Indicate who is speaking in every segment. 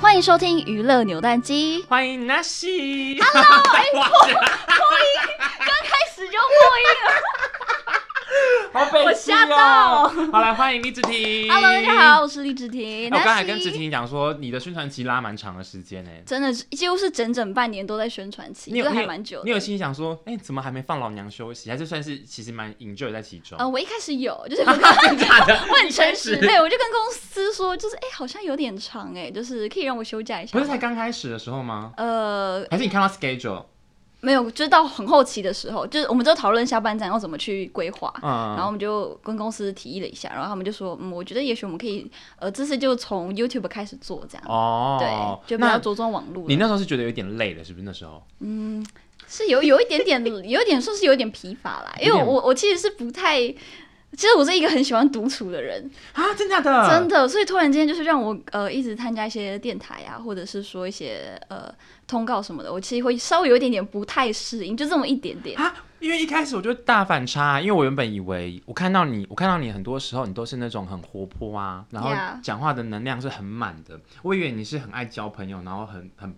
Speaker 1: 欢迎收听娱乐扭蛋机。
Speaker 2: 欢迎 Nashi。哎
Speaker 1: 开始就破
Speaker 2: 好北
Speaker 1: 我
Speaker 2: 气
Speaker 1: 吓到
Speaker 2: 哦！好来，欢迎李子婷。
Speaker 1: 音了。Hello，大家好，。我是李芷婷。
Speaker 2: 哎我刚
Speaker 1: 那
Speaker 2: 才
Speaker 1: 是
Speaker 2: 跟子婷讲说，你的宣传期拉蛮长的时间呢、欸
Speaker 1: 真的是几乎是整整半年都在宣传期，
Speaker 2: 你有
Speaker 1: 这还
Speaker 2: 有
Speaker 1: 蛮久
Speaker 2: 你
Speaker 1: 的。
Speaker 2: 有心里想说，哎、怎么还没放老娘休息？还是算是其实蛮 enjoy 在其中。
Speaker 1: 呃，我一开始有，就是我刚
Speaker 2: 真假的？
Speaker 1: 我很
Speaker 2: 一
Speaker 1: 诚
Speaker 2: 开
Speaker 1: 实，
Speaker 2: 始
Speaker 1: 对我就跟公司说，就是哎、好像有点长哎、就是可以让我休假一下
Speaker 2: 不
Speaker 1: 吗。
Speaker 2: 是才刚开始的时候吗？
Speaker 1: 呃，
Speaker 2: 还是你看到 schedule？
Speaker 1: 没有，就是到很后期的时候，就是我们就讨论下半站要怎么去规划。
Speaker 2: 嗯，
Speaker 1: 然后我们就跟公司提议了一下，然后他们就说，嗯，我觉得也许我们可以，呃，这次就从 YouTube 开始做这样，
Speaker 2: 哦，
Speaker 1: 对，就不要
Speaker 2: 那
Speaker 1: 着重网络
Speaker 2: 你
Speaker 1: 了。
Speaker 2: 那时候是觉得有点累了，是不是那时候？
Speaker 1: 是有有一点点， 有一点说是有点疲乏啦，因为
Speaker 2: 有
Speaker 1: 我
Speaker 2: 点
Speaker 1: 我我其实是不太，其实我是一个很喜欢独处的人，
Speaker 2: 啊，真假的？
Speaker 1: 真的，所以突然间就是让我呃一直参加一些电台啊，或者是说一些呃通告什么的，我其实会稍微有一点点不太适应，就这么一点点。
Speaker 2: 啊，因为一开始我就大反差，因为我原本以为我看到你，我看到你很多时候你都是那种很活泼啊，然后
Speaker 1: Yeah
Speaker 2: 讲话的能量是很满的，我以为你是很爱交朋友，然后很很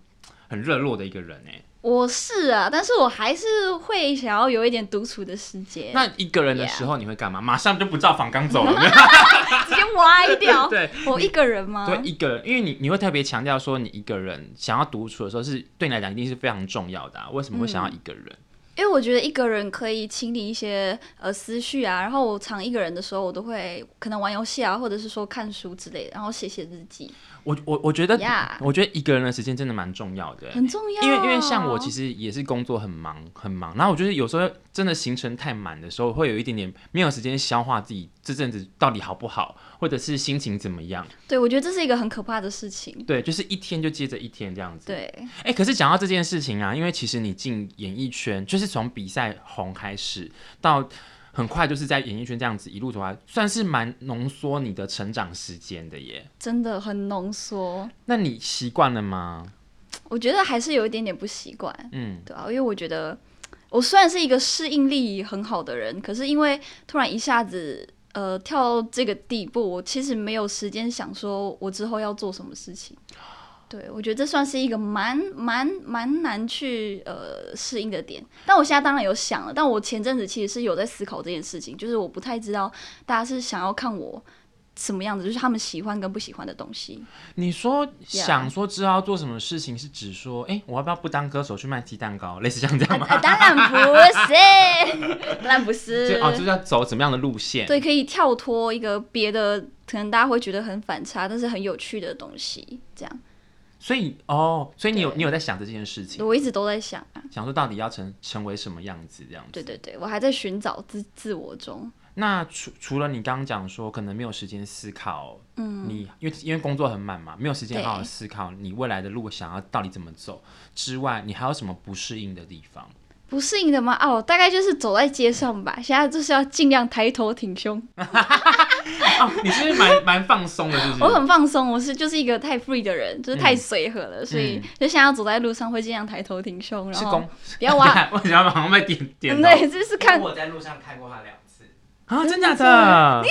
Speaker 2: 很热络的一个人哎。
Speaker 1: 我是啊，但是我还是会想要有一点独处的时间，
Speaker 2: 那一个人的时候你会干嘛？马上就不照房刚走了，
Speaker 1: 直接歪掉。
Speaker 2: 对。
Speaker 1: 我一个人吗？
Speaker 2: 对一个人，因为你你会特别强调说，你一个人想要独处的时候是，对你来讲一定是非常重要的、啊。为什么会想要
Speaker 1: 嗯
Speaker 2: 一个人？
Speaker 1: 因为我觉得一个人可以清理一些呃思绪啊，然后我常一个人的时候，我都会可能玩游戏啊，或者是说看书之类的，然后写写日记，
Speaker 2: 我我我觉得
Speaker 1: Yeah
Speaker 2: 我觉得一个人的时间真的蛮重要的欸、
Speaker 1: 很重要。啊
Speaker 2: 因为因为像我其
Speaker 1: 实
Speaker 2: 实也是工作很忙很忙，然后我就是有时候真的行程太满的时候，会有一点点没有时间消化自己这阵子到底好不好，或者是心情怎么样。
Speaker 1: 对我觉得这是一个很可怕的事情。
Speaker 2: 对，就是一天就接着一天这样子。，
Speaker 1: 对，
Speaker 2: 哎、可是讲到这件事情啊，因为其实你进演艺圈，就是从比赛红开始到。很快就是在演艺圈这样子一路走来，算是蛮浓缩你的成长时间的耶。
Speaker 1: 真的很浓缩，
Speaker 2: 那你习惯了吗？
Speaker 1: 我觉得还是有一点点不习惯。
Speaker 2: 嗯，
Speaker 1: 对啊，因为我觉得我虽然是一个适应力很好的人，可是因为突然一下子呃跳到这个地步，我其实没有时间想说我之后要做什么事情。对，我觉得这算是一个蛮蛮蛮难去呃适应的点。但我现在当然有想了，但我前阵子其实是有在思考这件事情，就是我不太知道大家是想要看我什么样子，就是他们喜欢跟不喜欢的东西。
Speaker 2: 你说想说知道做什么事情，是指说，哎、我要不要不当歌手去卖鸡蛋糕，类似像这样吗？
Speaker 1: 呃，当然不是， 当然不是
Speaker 2: 就。哦，就是要走怎么样的路线？
Speaker 1: 对，可以跳脱一个别的，可能大家会觉得很反差，但是很有趣的东西。这样，
Speaker 2: 所以哦，所以你有
Speaker 1: 对
Speaker 2: 你有在想着这件事情，
Speaker 1: 我一直都在想啊，
Speaker 2: 想说到底要成成为什么样子这样子。
Speaker 1: 对对对，我还在寻找自自我中。
Speaker 2: 那除除了你刚刚讲说可能没有时间思考，嗯，你因为因为工作很满嘛，没有时间
Speaker 1: 对
Speaker 2: 好好思考你未来的路想要到底怎么走之外，你还有什么不适应的地方？
Speaker 1: 不适应的吗？哦，大概就是走在街上吧。现在就是要尽量抬头挺胸，
Speaker 2: 哦，你是不是蛮蛮放松的，是不是？
Speaker 1: 我很放松，我是就是一个太 free 的人，就是
Speaker 2: 嗯
Speaker 1: 太随和了，所以就现在要走在路上会尽量抬头挺胸，然
Speaker 2: 是
Speaker 1: 后
Speaker 2: 公，
Speaker 1: 不 要挖。嗯
Speaker 2: 为什么要马上被点点 头？
Speaker 1: 对，就是看
Speaker 2: 哦
Speaker 3: 我在路上看过他两次，
Speaker 2: 啊，真假的？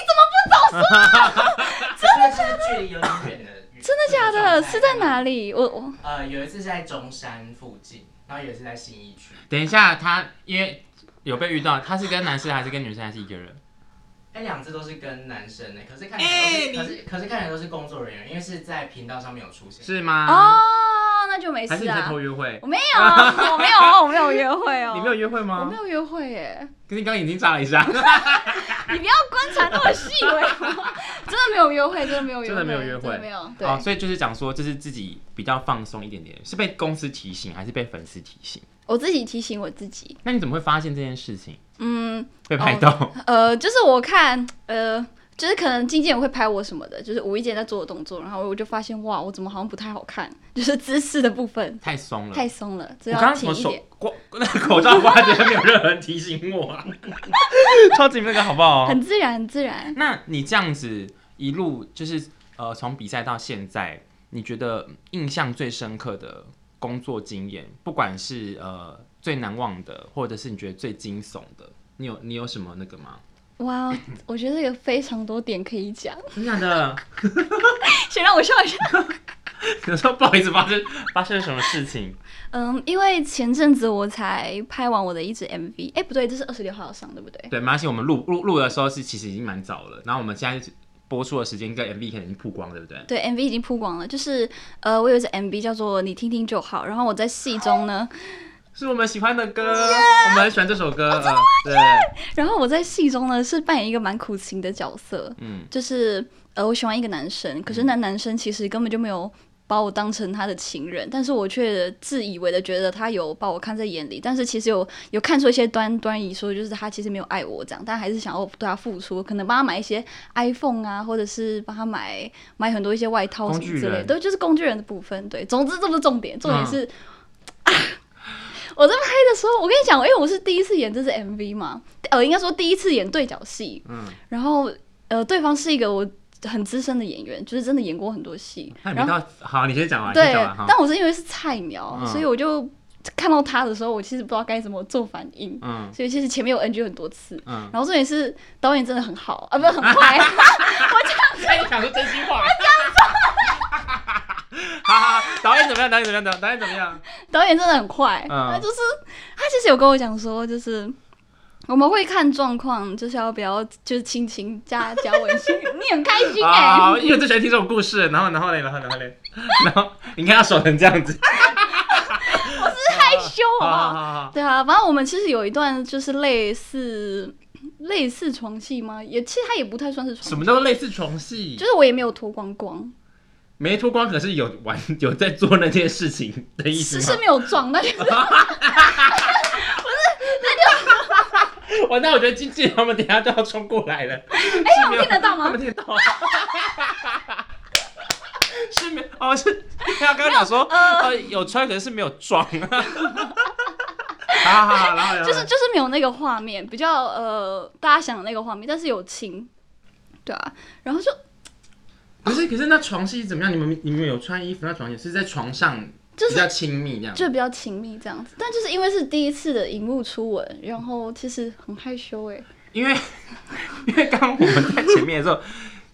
Speaker 3: 真的是距离有点远的。
Speaker 1: 真的假的？是在？哪里？我我
Speaker 3: 呃，有一次是在中山附近，然后有一次在信义区。
Speaker 2: 等一下，他因为有被遇到，他是跟男生还是跟女生还是一个人？
Speaker 3: 哎，两次都是跟男生欸呢、可是看起
Speaker 2: 哎
Speaker 3: 来都是，可是可是看起来都是工作人员，因为是在频道上面有出现。
Speaker 2: 是吗？
Speaker 1: 哦，那就没
Speaker 2: 啊还
Speaker 1: 事
Speaker 2: 是你在
Speaker 1: 啊
Speaker 2: 偷。约会？
Speaker 1: 我没有啊，我没有啊，我没有约会哦。
Speaker 2: 你没有约啊会
Speaker 1: 我
Speaker 2: 吗
Speaker 1: 没？有约会耶，
Speaker 2: 可是你刚刚眼睛眨了一下，
Speaker 1: 你不要观察那么细微，真的没有约会，真的没有约会，
Speaker 2: 真的没有约会
Speaker 1: 真的没有。对，
Speaker 2: 哦，所以就是讲说，就是自己比较放松一点点，是被公司提醒还是被粉丝提醒？
Speaker 1: 我自己提醒我自己，
Speaker 2: 那你怎么会发现这件事情？
Speaker 1: 嗯，
Speaker 2: 被拍到？
Speaker 1: 呃，就是我看，呃，就是可能经纪人会拍我什么的，就是无意间在做的动作，然后我就发现，哇，我怎么好像不太好看，就是姿势的部分
Speaker 2: 太松了。
Speaker 1: 太松了，这
Speaker 2: 嗯我刚
Speaker 1: 要
Speaker 2: 刚什
Speaker 1: 挺
Speaker 2: 么
Speaker 1: 一
Speaker 2: 手
Speaker 1: 点，
Speaker 2: 挂那个 口罩挂着，没有任何人提醒 我、啊，超级那个好不好？
Speaker 1: 很自然，很自然。
Speaker 2: 那你这样子一路就是呃，从比赛到现在，你觉得印象最深刻的工作经验，不管是呃最难忘的，或者是你觉得最惊悚的，你有你有什么那个吗？
Speaker 1: 哇，我觉得有非常多点可以讲，
Speaker 2: 真的？
Speaker 1: 先让我笑一下。
Speaker 2: 可是不好意思，发生发生了什么事情？
Speaker 1: 嗯，因为前阵子我才拍完我的一支 MV，哎、不对，这是二十六号要上，对不对？
Speaker 2: 对，没关系，我们录录录的时候是其实已经蛮早了，然后我们现在播出的时间跟 MV 可能已经曝光了，对不对？
Speaker 1: 对，MV 已经曝光了，就是呃，我有一支 MV 叫做《你听听就好》，然后我在戏中呢，
Speaker 2: 是我们喜欢的歌我们很喜欢这首歌，嗯对，
Speaker 1: 然后我在戏中呢是扮演一个蛮苦情的角色，
Speaker 2: 嗯，
Speaker 1: 就是呃，我喜欢一个男生，可是那男生其实根本就没有把我当成他的情人，但是我却自以为的觉得他有把我看在眼里，但是其实有有看出一些端端倪，说就是他其实没有爱我这样，但还是想要对他付出，可能帮他买一些 iPhone 啊，或者是帮他买买很多一些外套什
Speaker 2: 工具
Speaker 1: 么之类的，
Speaker 2: 人
Speaker 1: 对，就是工具人的部分，对，总之这不是重点，重点是。啊我在拍的时候，我跟你讲，因为我是第一次演这支 MV 嘛，呃，应该说第一次演对角戏，
Speaker 2: 嗯，
Speaker 1: 然后呃，对方是一个我很资深的演员，就是真的演过很多戏，
Speaker 2: 那你
Speaker 1: 然
Speaker 2: 们
Speaker 1: 后
Speaker 2: 到好，你先讲完，你
Speaker 1: 对
Speaker 2: 先讲完，哈，
Speaker 1: 但我是因为是菜鸟，
Speaker 2: 嗯
Speaker 1: 所以我就看到他的时候，我其实不知道该怎么做反应，
Speaker 2: 嗯
Speaker 1: 所以其实前面有 NG 很多次。
Speaker 2: 嗯，
Speaker 1: 然后重点是导演真的很好啊，不是很 坏，
Speaker 2: 哎，讲出真心话，好好好，导演怎么样？导演怎么样？导演怎么样？
Speaker 1: 导演真的很快，
Speaker 2: 嗯
Speaker 1: 他就是他其实有跟我讲说，就是我们会看状况，就是要不要就是亲情加加微信， 你很开心哎、
Speaker 2: 啊，好因为我最喜欢听这种故事，然后然后嘞，然后然后嘞，然后你看他手成这样子，
Speaker 1: 害羞好不
Speaker 2: 好
Speaker 1: 好？
Speaker 2: 好好，
Speaker 1: 对啊，反正我们其实有一段就是类似类似床戏吗？也其实它也不太算是
Speaker 2: 什
Speaker 1: 床戏，
Speaker 2: 么叫做类似床戏
Speaker 1: 就？是我也没有脱光光，
Speaker 2: 没脱光，可是有玩有在做那件事情的意思
Speaker 1: 是
Speaker 2: 吗？
Speaker 1: 是没有撞， 但是
Speaker 2: 哇，那我觉得经纪人他们等一下就要冲过来了。
Speaker 1: 哎，我听得到
Speaker 2: 他
Speaker 1: 吗
Speaker 2: 们？听得到吗？是没哦，是他刚刚讲说呃有穿，可是没有装。好好好，然后然后
Speaker 1: 就是就是没有那个画面，比较呃大家想的那个画面，但是有亲，对啊，然后就
Speaker 2: 可是可是那床戏怎么样？你们你们有穿衣服？那床也是在床上
Speaker 1: 就是
Speaker 2: 比较亲密这样。
Speaker 1: 就比较亲密这样子，但就是因为是第一次的荧幕初吻，然后其实很害羞哎、
Speaker 2: 因为 因为刚刚我们在前面的时候，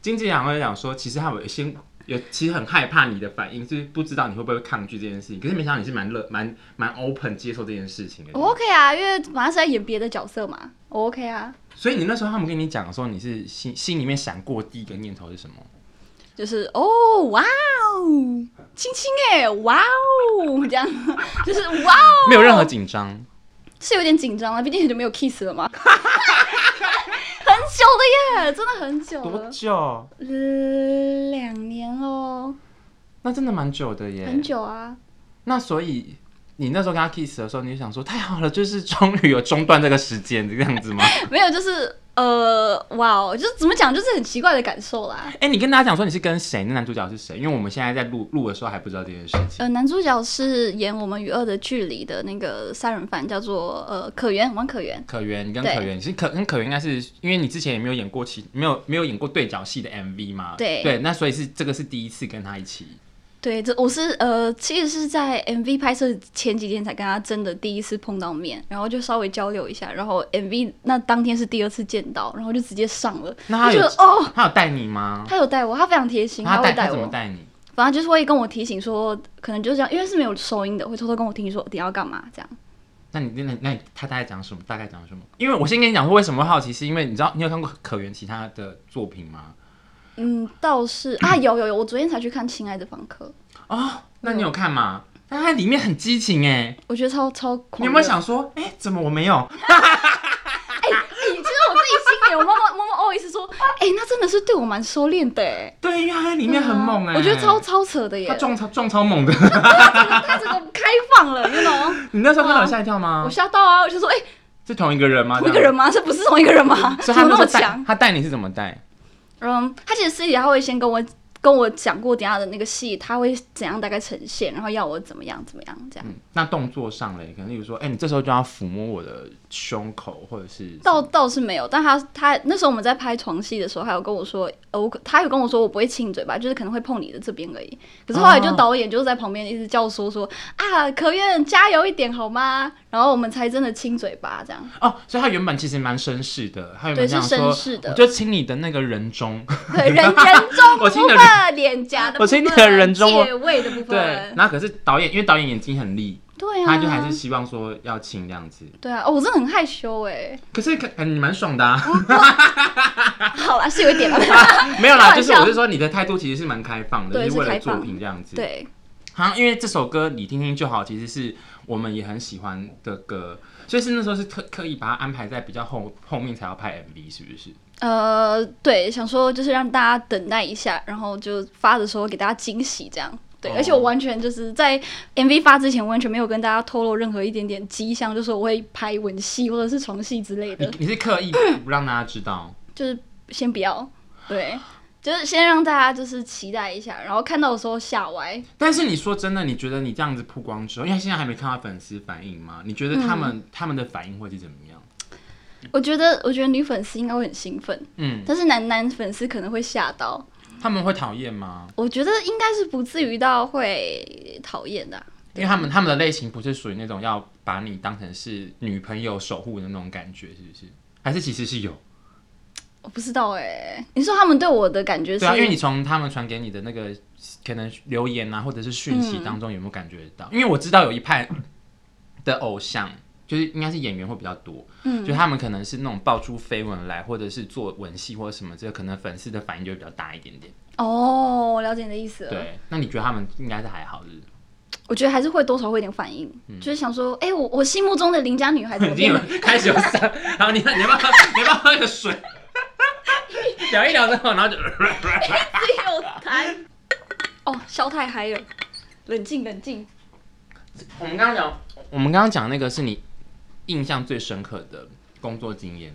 Speaker 2: 经纪人会讲说，其实他们先有其实很害怕你的反应，就是不知道你会不会抗拒这件事情。可是没想到你是蛮乐蛮蛮 open 接受这件事情的。
Speaker 1: 我 OK 啊，因为马上是在演别的角色嘛，我 OK 啊，
Speaker 2: 所以你那时候他们跟你讲说，你是心心里面闪过第一个念头是什么？
Speaker 1: 就是哦，哇哦，亲亲哎，哇哦，这样 就是哇哦，
Speaker 2: 没有任何紧张，
Speaker 1: 是有点紧张了，啊毕竟很久没有 kiss 了嘛， 很久了耶，真的很久
Speaker 2: 多
Speaker 1: 了，
Speaker 2: 久？
Speaker 1: 呃两年哦，
Speaker 2: 那真的蛮久的耶。
Speaker 1: 很久啊，
Speaker 2: 那所以你那时候跟他 kiss 的时候，你就想说太好了，就是终于有中断这个时间这个样子吗？
Speaker 1: 没有就是呃，哇哦，就是怎么讲，就是很奇怪的感受啦。
Speaker 2: 哎、你跟大家讲说你是跟谁？那男主角是谁？因为我们现在在录录的时候还不知道这件事情。
Speaker 1: 呃，男主角是演我们《与恶的距离》的那个杀人犯，叫做呃可媛王可媛。
Speaker 2: 可媛，你跟
Speaker 1: 对
Speaker 2: 可媛，你是可跟可媛应该是因为你之前也没有演过其没有没有演过对角戏的 MV 嘛？
Speaker 1: 对
Speaker 2: 对，那所以是这个是第一次跟他一起。
Speaker 1: 对，这我是呃，其实是在 MV 拍摄前几天才跟他真的第一次碰到面，然后就稍微交流一下，然后 MV 那当天是第二次见到，然后就直接上了，
Speaker 2: 那他
Speaker 1: 就觉
Speaker 2: 有
Speaker 1: 得哦，
Speaker 2: 他有带你吗？
Speaker 1: 他有带我，他非常贴心，
Speaker 2: 他
Speaker 1: 会
Speaker 2: 带他
Speaker 1: 带
Speaker 2: 怎么
Speaker 1: 我，
Speaker 2: 带你？
Speaker 1: 反正就是会跟我提醒说，可能就是这样，因为是没有收音的，会偷偷跟我听说你要干嘛这样。
Speaker 2: 那你那那你他大概讲什么？大概讲什么？因为我先跟你讲，为什么会好奇，是因为你知道你有看过可原其他的作品吗？
Speaker 1: 嗯，倒是啊，有有有，我昨天才去看《亲爱的房客》，
Speaker 2: 哦，那
Speaker 1: 嗯
Speaker 2: 你有看吗？那它里面很激情哎，
Speaker 1: 我觉得超超狂热。
Speaker 2: 你有没有想说，哎、怎么我没有？
Speaker 1: 哎、哎其实我自己心里，我默默默默 always 说，哎、那真的是对我蛮收敛的哎、
Speaker 2: 对，因为它在里面很猛哎、
Speaker 1: 我觉得超，超扯的耶
Speaker 2: 他，撞超撞超猛的。
Speaker 1: 啊 他整个开放 了，you know，
Speaker 2: 你那时候看到有吓一跳吗
Speaker 1: 我？吓到啊，我就说，哎、
Speaker 2: 是同一个人吗？
Speaker 1: 同一个人吗？这不是同一个人吗？
Speaker 2: 这
Speaker 1: 怎么
Speaker 2: 样，啊所以他
Speaker 1: 那
Speaker 2: 那
Speaker 1: 么
Speaker 2: 时候带
Speaker 1: 强？
Speaker 2: 他带你是怎么带？
Speaker 1: 嗯，他其实私底下会先跟我跟我讲过，等一下的那个戏他会怎样大概呈现，然后要我怎么样怎么样这样。
Speaker 2: 嗯，那动作上嘞，可能例如说，哎、你这时候就要抚摸我的胸口，或者是
Speaker 1: 倒倒是没有，但他他那时候我们在拍床戏的时候，还有跟我说，呃，我他有跟我说我不会亲你嘴巴，就是可能会碰你的这边而已。可是后来就
Speaker 2: 哦
Speaker 1: 导演就在旁边一直叫说说啊，可愿加油一点好吗？然后我们才真的亲嘴巴这样。
Speaker 2: 哦，所以他原本其实蛮绅士的，他原
Speaker 1: 对，
Speaker 2: 本
Speaker 1: 是
Speaker 2: 想说
Speaker 1: 绅士
Speaker 2: 我
Speaker 1: 的，
Speaker 2: 就亲你的那个人中，
Speaker 1: 对人人中
Speaker 2: 我亲你的
Speaker 1: 不会分，脸颊的部分，
Speaker 2: 我觉得你的人中
Speaker 1: 借位的部
Speaker 2: 对，
Speaker 1: 分，
Speaker 2: 那可是导演，因为导演眼睛很利，
Speaker 1: 对啊，
Speaker 2: 他就还是希望说要亲这样子。
Speaker 1: 对啊，哦，我真的很害羞哎，
Speaker 2: 可是可你蛮爽的啊，
Speaker 1: 好啦，是有一点啦，
Speaker 2: 没有
Speaker 1: 开
Speaker 2: 啦，
Speaker 1: 玩
Speaker 2: 就是
Speaker 1: 笑
Speaker 2: 我是说你的态度其实是蛮开放的，
Speaker 1: 对
Speaker 2: 就是为
Speaker 1: 是
Speaker 2: 了
Speaker 1: 开
Speaker 2: 作
Speaker 1: 放
Speaker 2: 品这样子。，
Speaker 1: 对，
Speaker 2: 好像因为这首歌《你听听就好》其实是我们也很喜欢的歌，所以是那时候是特刻意把它安排在比较后后面才要拍 MV，是不是？
Speaker 1: 呃，对，想说就是让大家等待一下，然后就发的时候给大家惊喜这样。对，
Speaker 2: 哦
Speaker 1: 而且我完全就是在 MV 发之前，完全没有跟大家透露任何一点点迹象，就说我会拍吻戏或者是床戏之类
Speaker 2: 你
Speaker 1: 的，
Speaker 2: 你是刻意不让大家知 道，
Speaker 1: 就是先不要，对，就是先让大家就是期待一下，然后看到的时候吓歪。
Speaker 2: 但是你说真的，你觉得你这样子曝光之后，因为现在还没看到粉丝反应吗？你觉得他
Speaker 1: 嗯
Speaker 2: 们、他们的反应会是怎么样？
Speaker 1: 我觉得，我觉得女粉丝应该会很兴奋，
Speaker 2: 嗯，
Speaker 1: 但是男男粉丝可能会吓到。
Speaker 2: 他们会讨厌吗？
Speaker 1: 我觉得应该是不至于到会讨厌的啊、
Speaker 2: 因为他们他们的类型不是属于那种要把你当成是女朋友守护的那种感觉，是不是？还是其实是有？
Speaker 1: 我不知道哎、你说他们对我的感觉是？
Speaker 2: 对啊，因为你从他们传给你的那个可能留言啊，或者是讯息当中有没有感觉得到？因为我知道有一派的偶像。就是应该是演员会比较多，嗯，就他们可能是那种爆出绯闻来，或者是做吻戏或者什么，这个可能粉丝的反应就会比较大一点点。
Speaker 1: 哦，我了解你的意思了。
Speaker 2: 对，那你觉得他们应该是还好，是不是？
Speaker 1: 我觉得还是会多少会有点反应，
Speaker 2: 嗯
Speaker 1: 就是想说，哎、我我心目中的邻家女孩怎么
Speaker 2: 已
Speaker 1: 变
Speaker 2: 经有
Speaker 1: 了？
Speaker 2: 开始有三，然后你你要不要你要不要喝个水？ 聊一聊之后，然后就呃
Speaker 1: 只有痰。哦， 笑太嗨了，冷静冷静。
Speaker 2: 我们刚刚聊，我们刚刚讲那个是你印象最深刻的工作经验，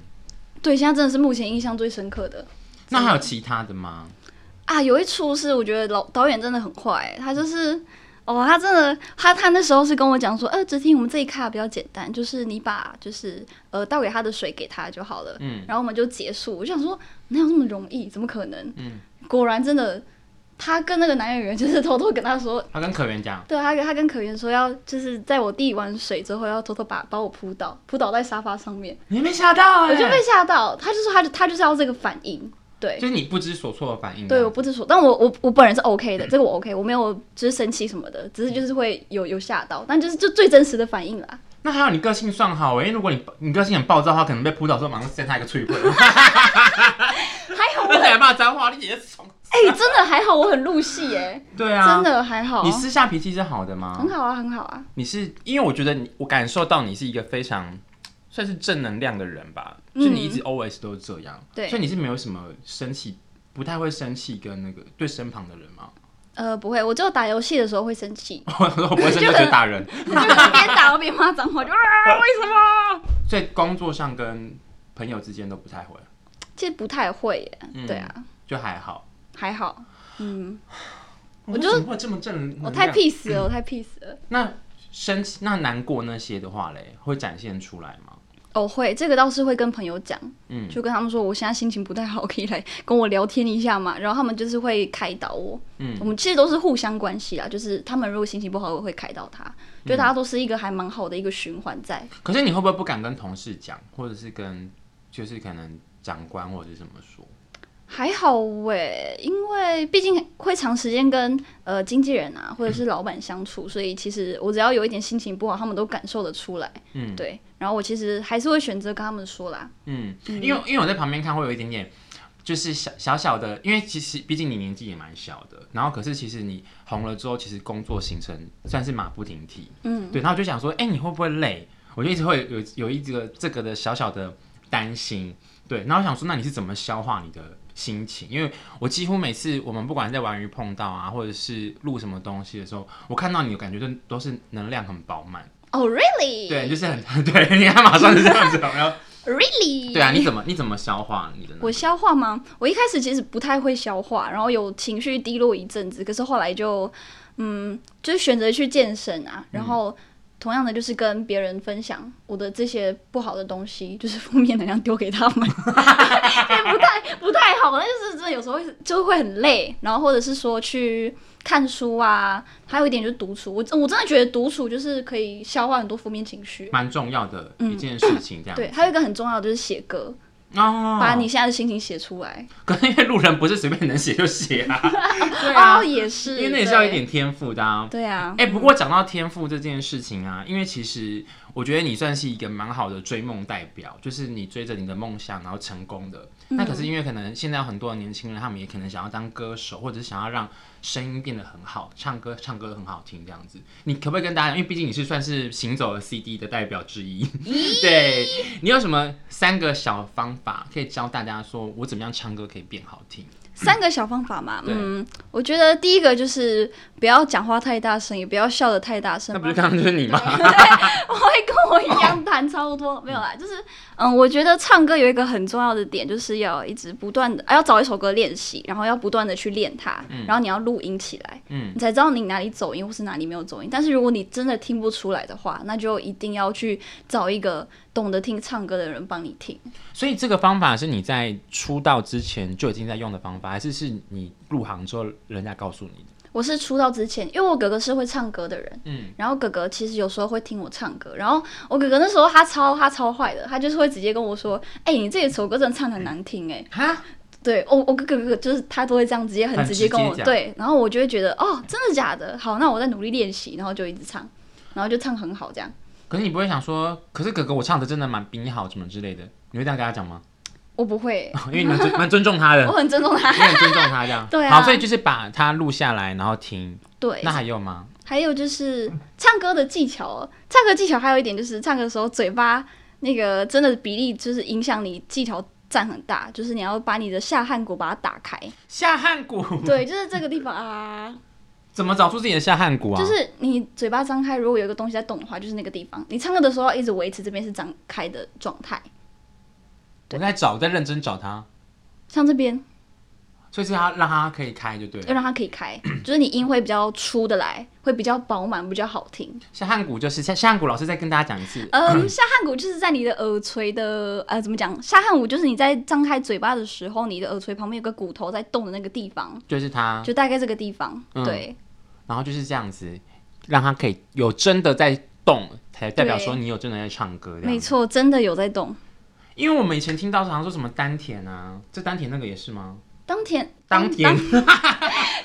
Speaker 1: 对，现在真的是目前印象最深刻的
Speaker 2: 那还有其他的吗？
Speaker 1: 啊，有一出是我觉得老导演真的很坏、欸他就是。哦，他真的，他他那时候是跟我讲说，呃，只听我们这一卡比较简单，就是你把就是呃倒给他的水给他就好了，
Speaker 2: 嗯，
Speaker 1: 然后我们就结束。我就想说，哪有那么容易？怎么可能？果然真的，他跟那个男演员就是偷偷跟他说，
Speaker 2: 他跟可媛讲，
Speaker 1: 对他跟他跟可媛说要，就是在我递完水之后，要偷偷把把我扑倒，扑倒在沙发上面，
Speaker 2: 你没想到
Speaker 1: 我就
Speaker 2: 哎，
Speaker 1: 被吓到。他就说他就他就是要这个反应，对。
Speaker 2: 就是你不知所措的反应，啊
Speaker 1: 对，我，不知所，但我我我本人是 OK 的，这个我 OK，我没有就是生气什么的，只是
Speaker 2: 嗯
Speaker 1: 就是会有有吓到，但就是就最真实的反应啦。
Speaker 2: 那还有你个性算好哎，因为如果你你个性很暴躁的话，可能被扑倒之后马上扇他一个脆 棍，
Speaker 1: 还 好我
Speaker 2: 而
Speaker 1: 很，
Speaker 2: 且还骂脏话，你姐姐怂。
Speaker 1: 哎、真的还好我很入戏耶、
Speaker 2: 对啊，
Speaker 1: 真的还好，
Speaker 2: 你私下脾气是好的吗？
Speaker 1: 很好啊，很好啊，
Speaker 2: 你是因为我觉得你，我感受到你是一个非常算是正能量的人吧，就你一直 always 都是这样，
Speaker 1: 嗯对
Speaker 2: 所以你是没有什么生气，不太会生气跟那个对身旁的人嘛，
Speaker 1: 呃，不会，我只有打游戏的时候会生气，
Speaker 2: 我我不会生气，我觉得打人，
Speaker 1: 就是边打我边骂脏话，就啊，为什么？
Speaker 2: 所以工作上跟朋友之间都不太会，
Speaker 1: 其实不太会耶、
Speaker 2: 嗯
Speaker 1: 对啊，
Speaker 2: 就还好。
Speaker 1: 还好，嗯，
Speaker 2: 我
Speaker 1: 我就
Speaker 2: 说怎么会这么正能量？
Speaker 1: 我太 peace 了，我太 peace 了。
Speaker 2: 那生气那难过那些的话嘞，会展现出来吗？
Speaker 1: 哦，会，这个倒是会跟朋友讲，
Speaker 2: 嗯
Speaker 1: 就跟他们说我现在心情不太好，可以来跟我聊天一下嘛。然后他们就是会开导我，
Speaker 2: 嗯
Speaker 1: 我们其实都是互相关系啦，就是他们如果心情不好，我会开导他，就
Speaker 2: 嗯
Speaker 1: 大家都是一个还蛮好的一个循环在。
Speaker 2: 可是你会不会不敢跟同事讲，或者是跟就是可能长官或者是怎么说？
Speaker 1: 还好喂、因为毕竟会长时间跟呃经纪人啊或者是老板相处，所以其实我只要有一点心情不好，他们都感受得出来。
Speaker 2: 嗯
Speaker 1: 对。然后我其实还是会选择跟他们说啦。
Speaker 2: 嗯，因为因为我在旁边看会有一点点，就是小小小的，因为其实毕竟你年纪也蛮小的，然后可是其实你红了之后，其实工作行程算是马不停蹄，
Speaker 1: 嗯，
Speaker 2: 对，然后我就想说，哎、你会不会累？我就一直会有有一个这个的小小的担心，对，然后我想说，那你是怎么消化你的心情？因为我几乎每次我们不管在玩鱼碰到啊，或者是录什么东西的时候，我看到你，我感觉都都是能量很饱满，
Speaker 1: 哦、r e a l l y
Speaker 2: 对，就是很 对，你看马上是这样子，有没有？
Speaker 1: ，really，
Speaker 2: 对啊，你怎么你怎么消化你的呢？
Speaker 1: 我消化吗？我一开始其实不太会消化，然后有情绪低落一阵子，可是后来就，嗯，就是选择去健身啊，然后同样的就是跟别人分享我的这些不好的东西，就是负面能量丢给他们，也不太不太好，但就是真的有时候会就会很累，然后或者是说去看书啊，还有一点就是独处，我我真的觉得独处就是可以消化很多负面情绪。嗯
Speaker 2: 蛮重要的一件事情，这样、
Speaker 1: 对，还有一个很重要的就是写歌，
Speaker 2: 哦，
Speaker 1: 把你现在的心情写出来。
Speaker 2: 可是因为路人不是随便能写就写啊，对
Speaker 1: 哦，也是，
Speaker 2: 因为那也是要一点天赋的、啊。
Speaker 1: 对。对 啊，
Speaker 2: 哎、不过讲到天赋这件事情啊，因为其实我觉得你算是一个蛮好的追梦代表，就是你追着你的梦想然后成功的。那可是因为可能现在有很多的年轻人，他们也可能想要当歌手，或者是想要让声音变得很好，唱歌唱歌很好听这样子。你可不可以跟大家，因为毕竟你是算是行走的 CD 的代表之一， 对你有什么三个小方法可以教大家说我怎么样唱歌可以变好听？
Speaker 1: 三个小方法嘛。
Speaker 2: 对
Speaker 1: 嗯，我觉得第一个就是不要讲话太大声，也不要笑得太大声
Speaker 2: 那。不是刚刚就是你 吗？
Speaker 1: 我会跟我一样弹超 多，没有啦，就是嗯，我觉得唱歌有一个很重要的点，就是要一直不断的、啊，要找一首歌练习，然后要不断的去练它，然后你要录音起来，
Speaker 2: 嗯
Speaker 1: 你才知道你哪里走音或是哪里没有走音。但是如果你真的听不出来的话，那就一定要去找一个懂得听唱歌的人帮你听。
Speaker 2: 所以这个方法是你在出道之前就已经在用的方法，还是是你入行之后人家告诉你的？
Speaker 1: 我是出道之前，因为我哥哥是会唱歌的人，
Speaker 2: 嗯，
Speaker 1: 然后哥哥其实有时候会听我唱歌，然后我哥哥那时候他超他超坏的，他就是会直接跟我说，哎、你这首歌真的唱的难听哎、
Speaker 2: 哈，
Speaker 1: 对，我我哥哥哥就是他都会这样直接很
Speaker 2: 很
Speaker 1: 直
Speaker 2: 直
Speaker 1: 接跟
Speaker 2: 接
Speaker 1: 我
Speaker 2: 讲
Speaker 1: 对，然后我就会觉得哦，真的假的？好，那我再努力练习，然后就一直唱，然后就唱很好这样。
Speaker 2: 可是你不会想说，可是哥哥我唱的真的蛮比你好，什么之类的，你会这样跟他讲吗？
Speaker 1: 我不会，
Speaker 2: 因为你蛮尊蛮尊重他 的
Speaker 1: 我，很尊重他。
Speaker 2: 你很尊重他这样。
Speaker 1: 对啊
Speaker 2: 好，所以就是把他录下来，然后听。
Speaker 1: 对
Speaker 2: 那，还有吗？
Speaker 1: 还有就是唱歌的技巧哦，唱歌技巧还有一点就是唱歌的时候嘴巴那个真的比例就是影响你技巧。占很大，就是你要把你的下颌骨把它打开，
Speaker 2: 下颌骨
Speaker 1: 对，就是这个地方啊，
Speaker 2: 怎么找出自己的下颌骨啊？
Speaker 1: 就是你嘴巴张开，如果有一个东西在动的话，就是那个地方。你唱歌的时候要一直维持这边是张开的状态，
Speaker 2: 我在找，我在认真找他，
Speaker 1: 像这边
Speaker 2: 所以是他让他可以开就对
Speaker 1: 要
Speaker 2: 了。
Speaker 1: 让它可以开，就是你音会比较出的来，会比较饱满，比较好听。
Speaker 2: 下颌骨就是下下颌骨，老师再跟大家讲一次。
Speaker 1: 嗯，下颌骨就是在你的耳垂的，呃，怎么讲？下颌骨就是你在张开嘴巴的时候，你的耳垂旁边有个骨头在动的那个地方，
Speaker 2: 就是他，
Speaker 1: 就大概这个地方。
Speaker 2: 啊嗯
Speaker 1: 对，
Speaker 2: 然后就是这样子，让他可以有真的在动，才代表
Speaker 1: 对
Speaker 2: 说你有真的在唱歌。
Speaker 1: 没，错，真的有在动。
Speaker 2: 因为我们以前听到常说什么丹田啊，这丹田那个也是吗？
Speaker 1: 当天，
Speaker 2: 丹田，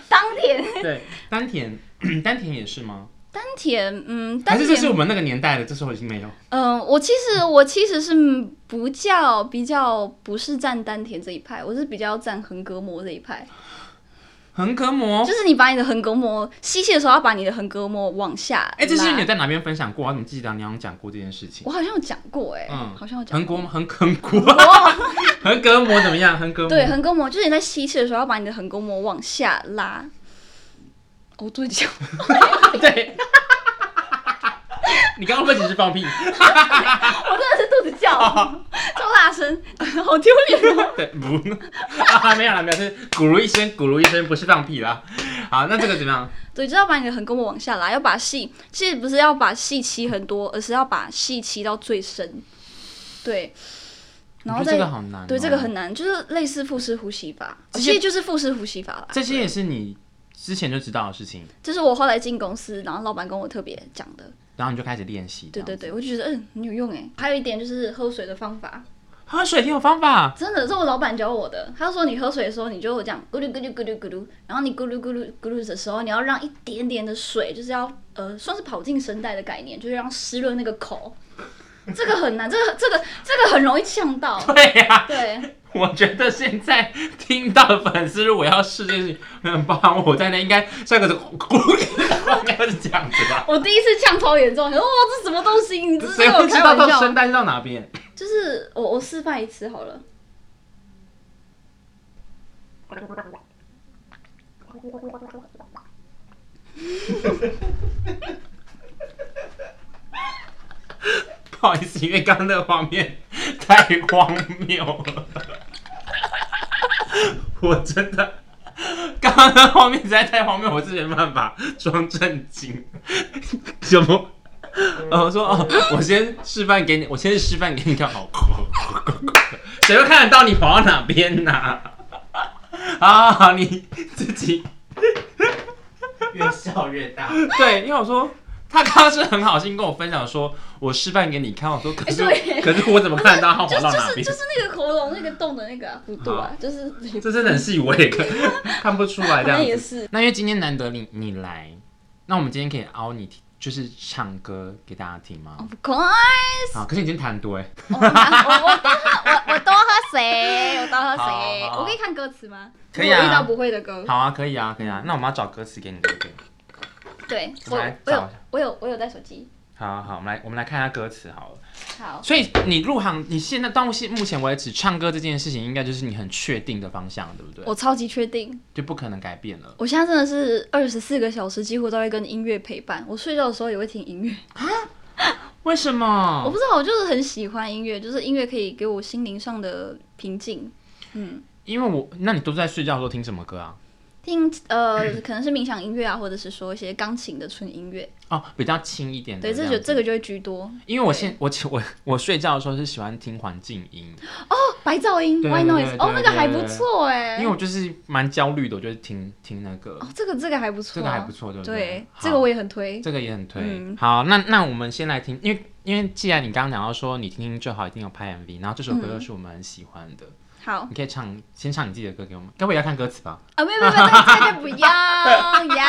Speaker 1: 当天，
Speaker 2: 对，丹田， 丹田也是吗？
Speaker 1: 当天，嗯，当
Speaker 2: 还是这是
Speaker 1: 天，
Speaker 2: 我们那个年代的，这时候已经没有。
Speaker 1: 嗯、我其实我其实是嗯不叫比较不是站丹田这一派，我是比较站横膈膜这一派。
Speaker 2: 横膈膜，
Speaker 1: 就是你把你的横膈膜吸气的时候，要把你的横膈膜往下。
Speaker 2: 哎、这是你有，在哪边分享过？我怎么记得你好像讲过这件事情？
Speaker 1: 我好像有讲过哎、
Speaker 2: 嗯
Speaker 1: 好像有讲
Speaker 2: 横
Speaker 1: 过。哦
Speaker 2: 膈横 横膈 横膈膜怎么样？横膈膜
Speaker 1: 对，横膈膜就是你在吸气的时候，要把你的横膈膜往下拉。哦，对， 就
Speaker 2: 对。 你刚刚会不会只是放屁？
Speaker 1: 我真的是肚子 叫，超大声，好丢脸哦。
Speaker 2: 对，不， 啊，没有了，没有，是咕噜一声，咕噜一声，不是放屁啦。好，那这个怎么样？
Speaker 1: 对，就是要把你的横膈膜往下拉，要把气，其实不是要把气吸很多，而是要把气吸到最深。对，然后
Speaker 2: 我觉
Speaker 1: 再
Speaker 2: 得这个好难、啊哦
Speaker 1: 对这个。很难，就是类似腹式呼吸法，
Speaker 2: 这
Speaker 1: 其
Speaker 2: 些
Speaker 1: 实就是腹式呼吸法啦。
Speaker 2: 这些也是你之前就知道的事情，
Speaker 1: 这是我后来进公司，然后老板跟我特别讲的。
Speaker 2: 然后你就开始练习。
Speaker 1: 对对
Speaker 2: 这样子，
Speaker 1: 对，我就觉得嗯很有用哎。还有一点就是喝水的方法，
Speaker 2: 喝水挺有方法。
Speaker 1: 真的这是我老板教我的。他说你喝水的时候，你就这样咕噜咕噜咕噜咕噜，然后你咕噜咕噜咕噜的时候，你要让一点点的水，就是要呃算是跑进声带的概念，就是让湿润那个口。这个很难，这个这个这个很容易呛到。
Speaker 2: 对呀、
Speaker 1: 对，
Speaker 2: 我觉得现在听到的粉丝如果要试这件事情，嗯包含我在内，应该下个是咕 噜，应该是这样子吧。
Speaker 1: 我第一次呛超严重，想说哇这什么东西？你这是
Speaker 2: 谁
Speaker 1: 跟我
Speaker 2: 会知
Speaker 1: 开
Speaker 2: 道
Speaker 1: 玩
Speaker 2: 到声
Speaker 1: 笑？
Speaker 2: 带是到哪边？
Speaker 1: 就是我我示范一次好了。
Speaker 2: 不好意思，因为刚刚那个画面太荒谬了，我真的。刚刚那画面实在太荒谬，我自己没办法装正经。什么？呃，我说哦，我先示范给你，我先示范给你看，好，谁会看得到你跑到哪边呢、 啊？好，你自己
Speaker 3: 越笑越大。
Speaker 2: 对，因为我说他刚刚是很好心跟我分享说，我示范给你看，我说可是、
Speaker 1: 对
Speaker 2: 可是我怎么看得到他
Speaker 1: 就
Speaker 2: 滑到
Speaker 1: 就
Speaker 2: 哪
Speaker 1: 是
Speaker 2: 边？
Speaker 1: 就是那个喉咙那个洞的那个啊幅度啊，就是
Speaker 2: 这真的很细，我也看看不出来这
Speaker 1: 那
Speaker 2: 样
Speaker 1: 也
Speaker 2: 子。
Speaker 1: 是
Speaker 2: 那因为今天难得你你来，那我们今天可以凹你就是唱歌给大家听吗？
Speaker 1: 不可爱。
Speaker 2: 好，可是你今天弹很多哎，
Speaker 1: 我我我多喝我我多喝水，我多喝水。
Speaker 2: 好好好
Speaker 1: 我可以看歌词吗？
Speaker 2: 可以啊
Speaker 1: 如果遇到不会的歌，
Speaker 2: 好啊，可以啊，可以啊。那我们要找歌词给你，对不对？
Speaker 1: 对我
Speaker 2: 我们来
Speaker 1: 我
Speaker 2: 找
Speaker 1: 有
Speaker 2: 一下
Speaker 1: 我有我有带手机。
Speaker 2: 好好好，我们来我们来看一下歌词好了。
Speaker 1: 好，
Speaker 2: 所以你入行，你现在到目前目前为止，唱歌这件事情应该就是你很确定的方向，对不对？
Speaker 1: 我超级确定，
Speaker 2: 就不可能改变了。
Speaker 1: 我现在真的是二十四个小时几乎都会跟音乐陪伴。我睡觉的时候也会听音乐，
Speaker 2: 为什么？
Speaker 1: 我不知道，我就是很喜欢音乐，就是音乐可以给我心灵上的平静。嗯，
Speaker 2: 因为我，那你都在睡觉的时候听什么歌啊？
Speaker 1: 听呃 可能是冥想音乐啊，或者是说一些钢琴的纯音乐，
Speaker 2: 哦，比较轻一点的
Speaker 1: 对，
Speaker 2: 这
Speaker 1: 这
Speaker 2: 样
Speaker 1: 就
Speaker 2: 子。
Speaker 1: 这个就会居多。
Speaker 2: 因为我现我我 我睡觉的时候是喜欢听环境音，
Speaker 1: 白噪音
Speaker 2: 对
Speaker 1: ，White
Speaker 2: 对对对
Speaker 1: Noise，哦，那个还
Speaker 2: 对
Speaker 1: 不
Speaker 2: 对对
Speaker 1: 错哎
Speaker 2: 因为。我就是蛮焦虑的，我就听听那个，
Speaker 1: 哦，这个这个还不错啊，
Speaker 2: 这个还不错，对不
Speaker 1: 对，
Speaker 2: 好
Speaker 1: 这个我也很推。
Speaker 2: 这个也很推。
Speaker 1: 嗯
Speaker 2: 好，那那我们先来听，因为因为既然你刚刚讲到说你听听就好，一定有拍 MV，然后这首歌又是我们很喜欢的，
Speaker 1: 好
Speaker 2: 你可以唱先唱你自己的歌给我们，该不会要看歌词吧？
Speaker 1: 啊，没 有没有，没有这个就不要 呀。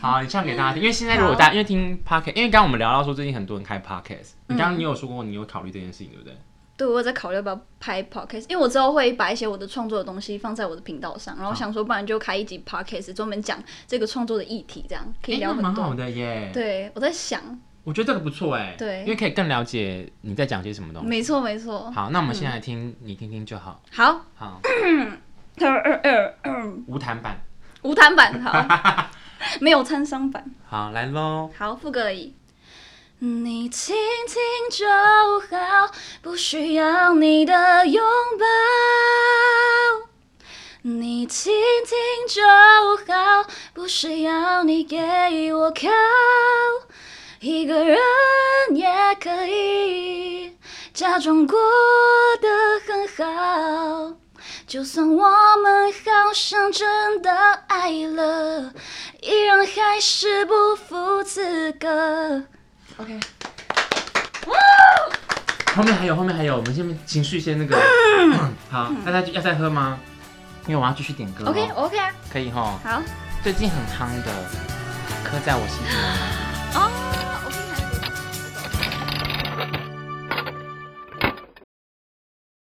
Speaker 2: 好，你唱给大家听， 因为现在如果大家因为听 podcast，因为刚刚我们聊到说最近很多人开 podcast，你
Speaker 1: 嗯
Speaker 2: 刚刚你有说过你有考虑这件事情，对不对？
Speaker 1: 对，我有在考虑要不要拍 podcast，因为我之后会把一些我的创作的东西放在我的频道上，然后想说，不然就开一集 podcast 专门讲这个创作的议题，这样可以
Speaker 2: 诶
Speaker 1: 聊
Speaker 2: 那蛮
Speaker 1: 很多。
Speaker 2: 好的耶，
Speaker 1: 对，我在想，
Speaker 2: 我觉得这个不错哎，
Speaker 1: 对嗯
Speaker 2: 因为可以更了解你在讲些什么东西。
Speaker 1: 没错没错。
Speaker 2: 好，那我们先来听，你听听就好。
Speaker 1: 好，
Speaker 2: 好，
Speaker 1: 嗯
Speaker 2: 无弹版，
Speaker 1: 无弹版好， 没有参商版。
Speaker 2: 好来喽。
Speaker 1: 好，副歌而已。你听听就好，不需要你的拥抱。你听听就好，不需要你给我靠。一个人也可以假装过得很好，就算我们好像真的爱了，依然还是不符资格。OK，
Speaker 2: 后面还有，后面还有，我们先情绪先那个。 好，
Speaker 1: 嗯
Speaker 2: 大家要再喝吗？嗯因为我要继续点歌哦。
Speaker 1: OK，OK 啊，
Speaker 2: 可以哈。
Speaker 1: 好，
Speaker 2: 最近很夯的，刻在我心里。
Speaker 1: 哦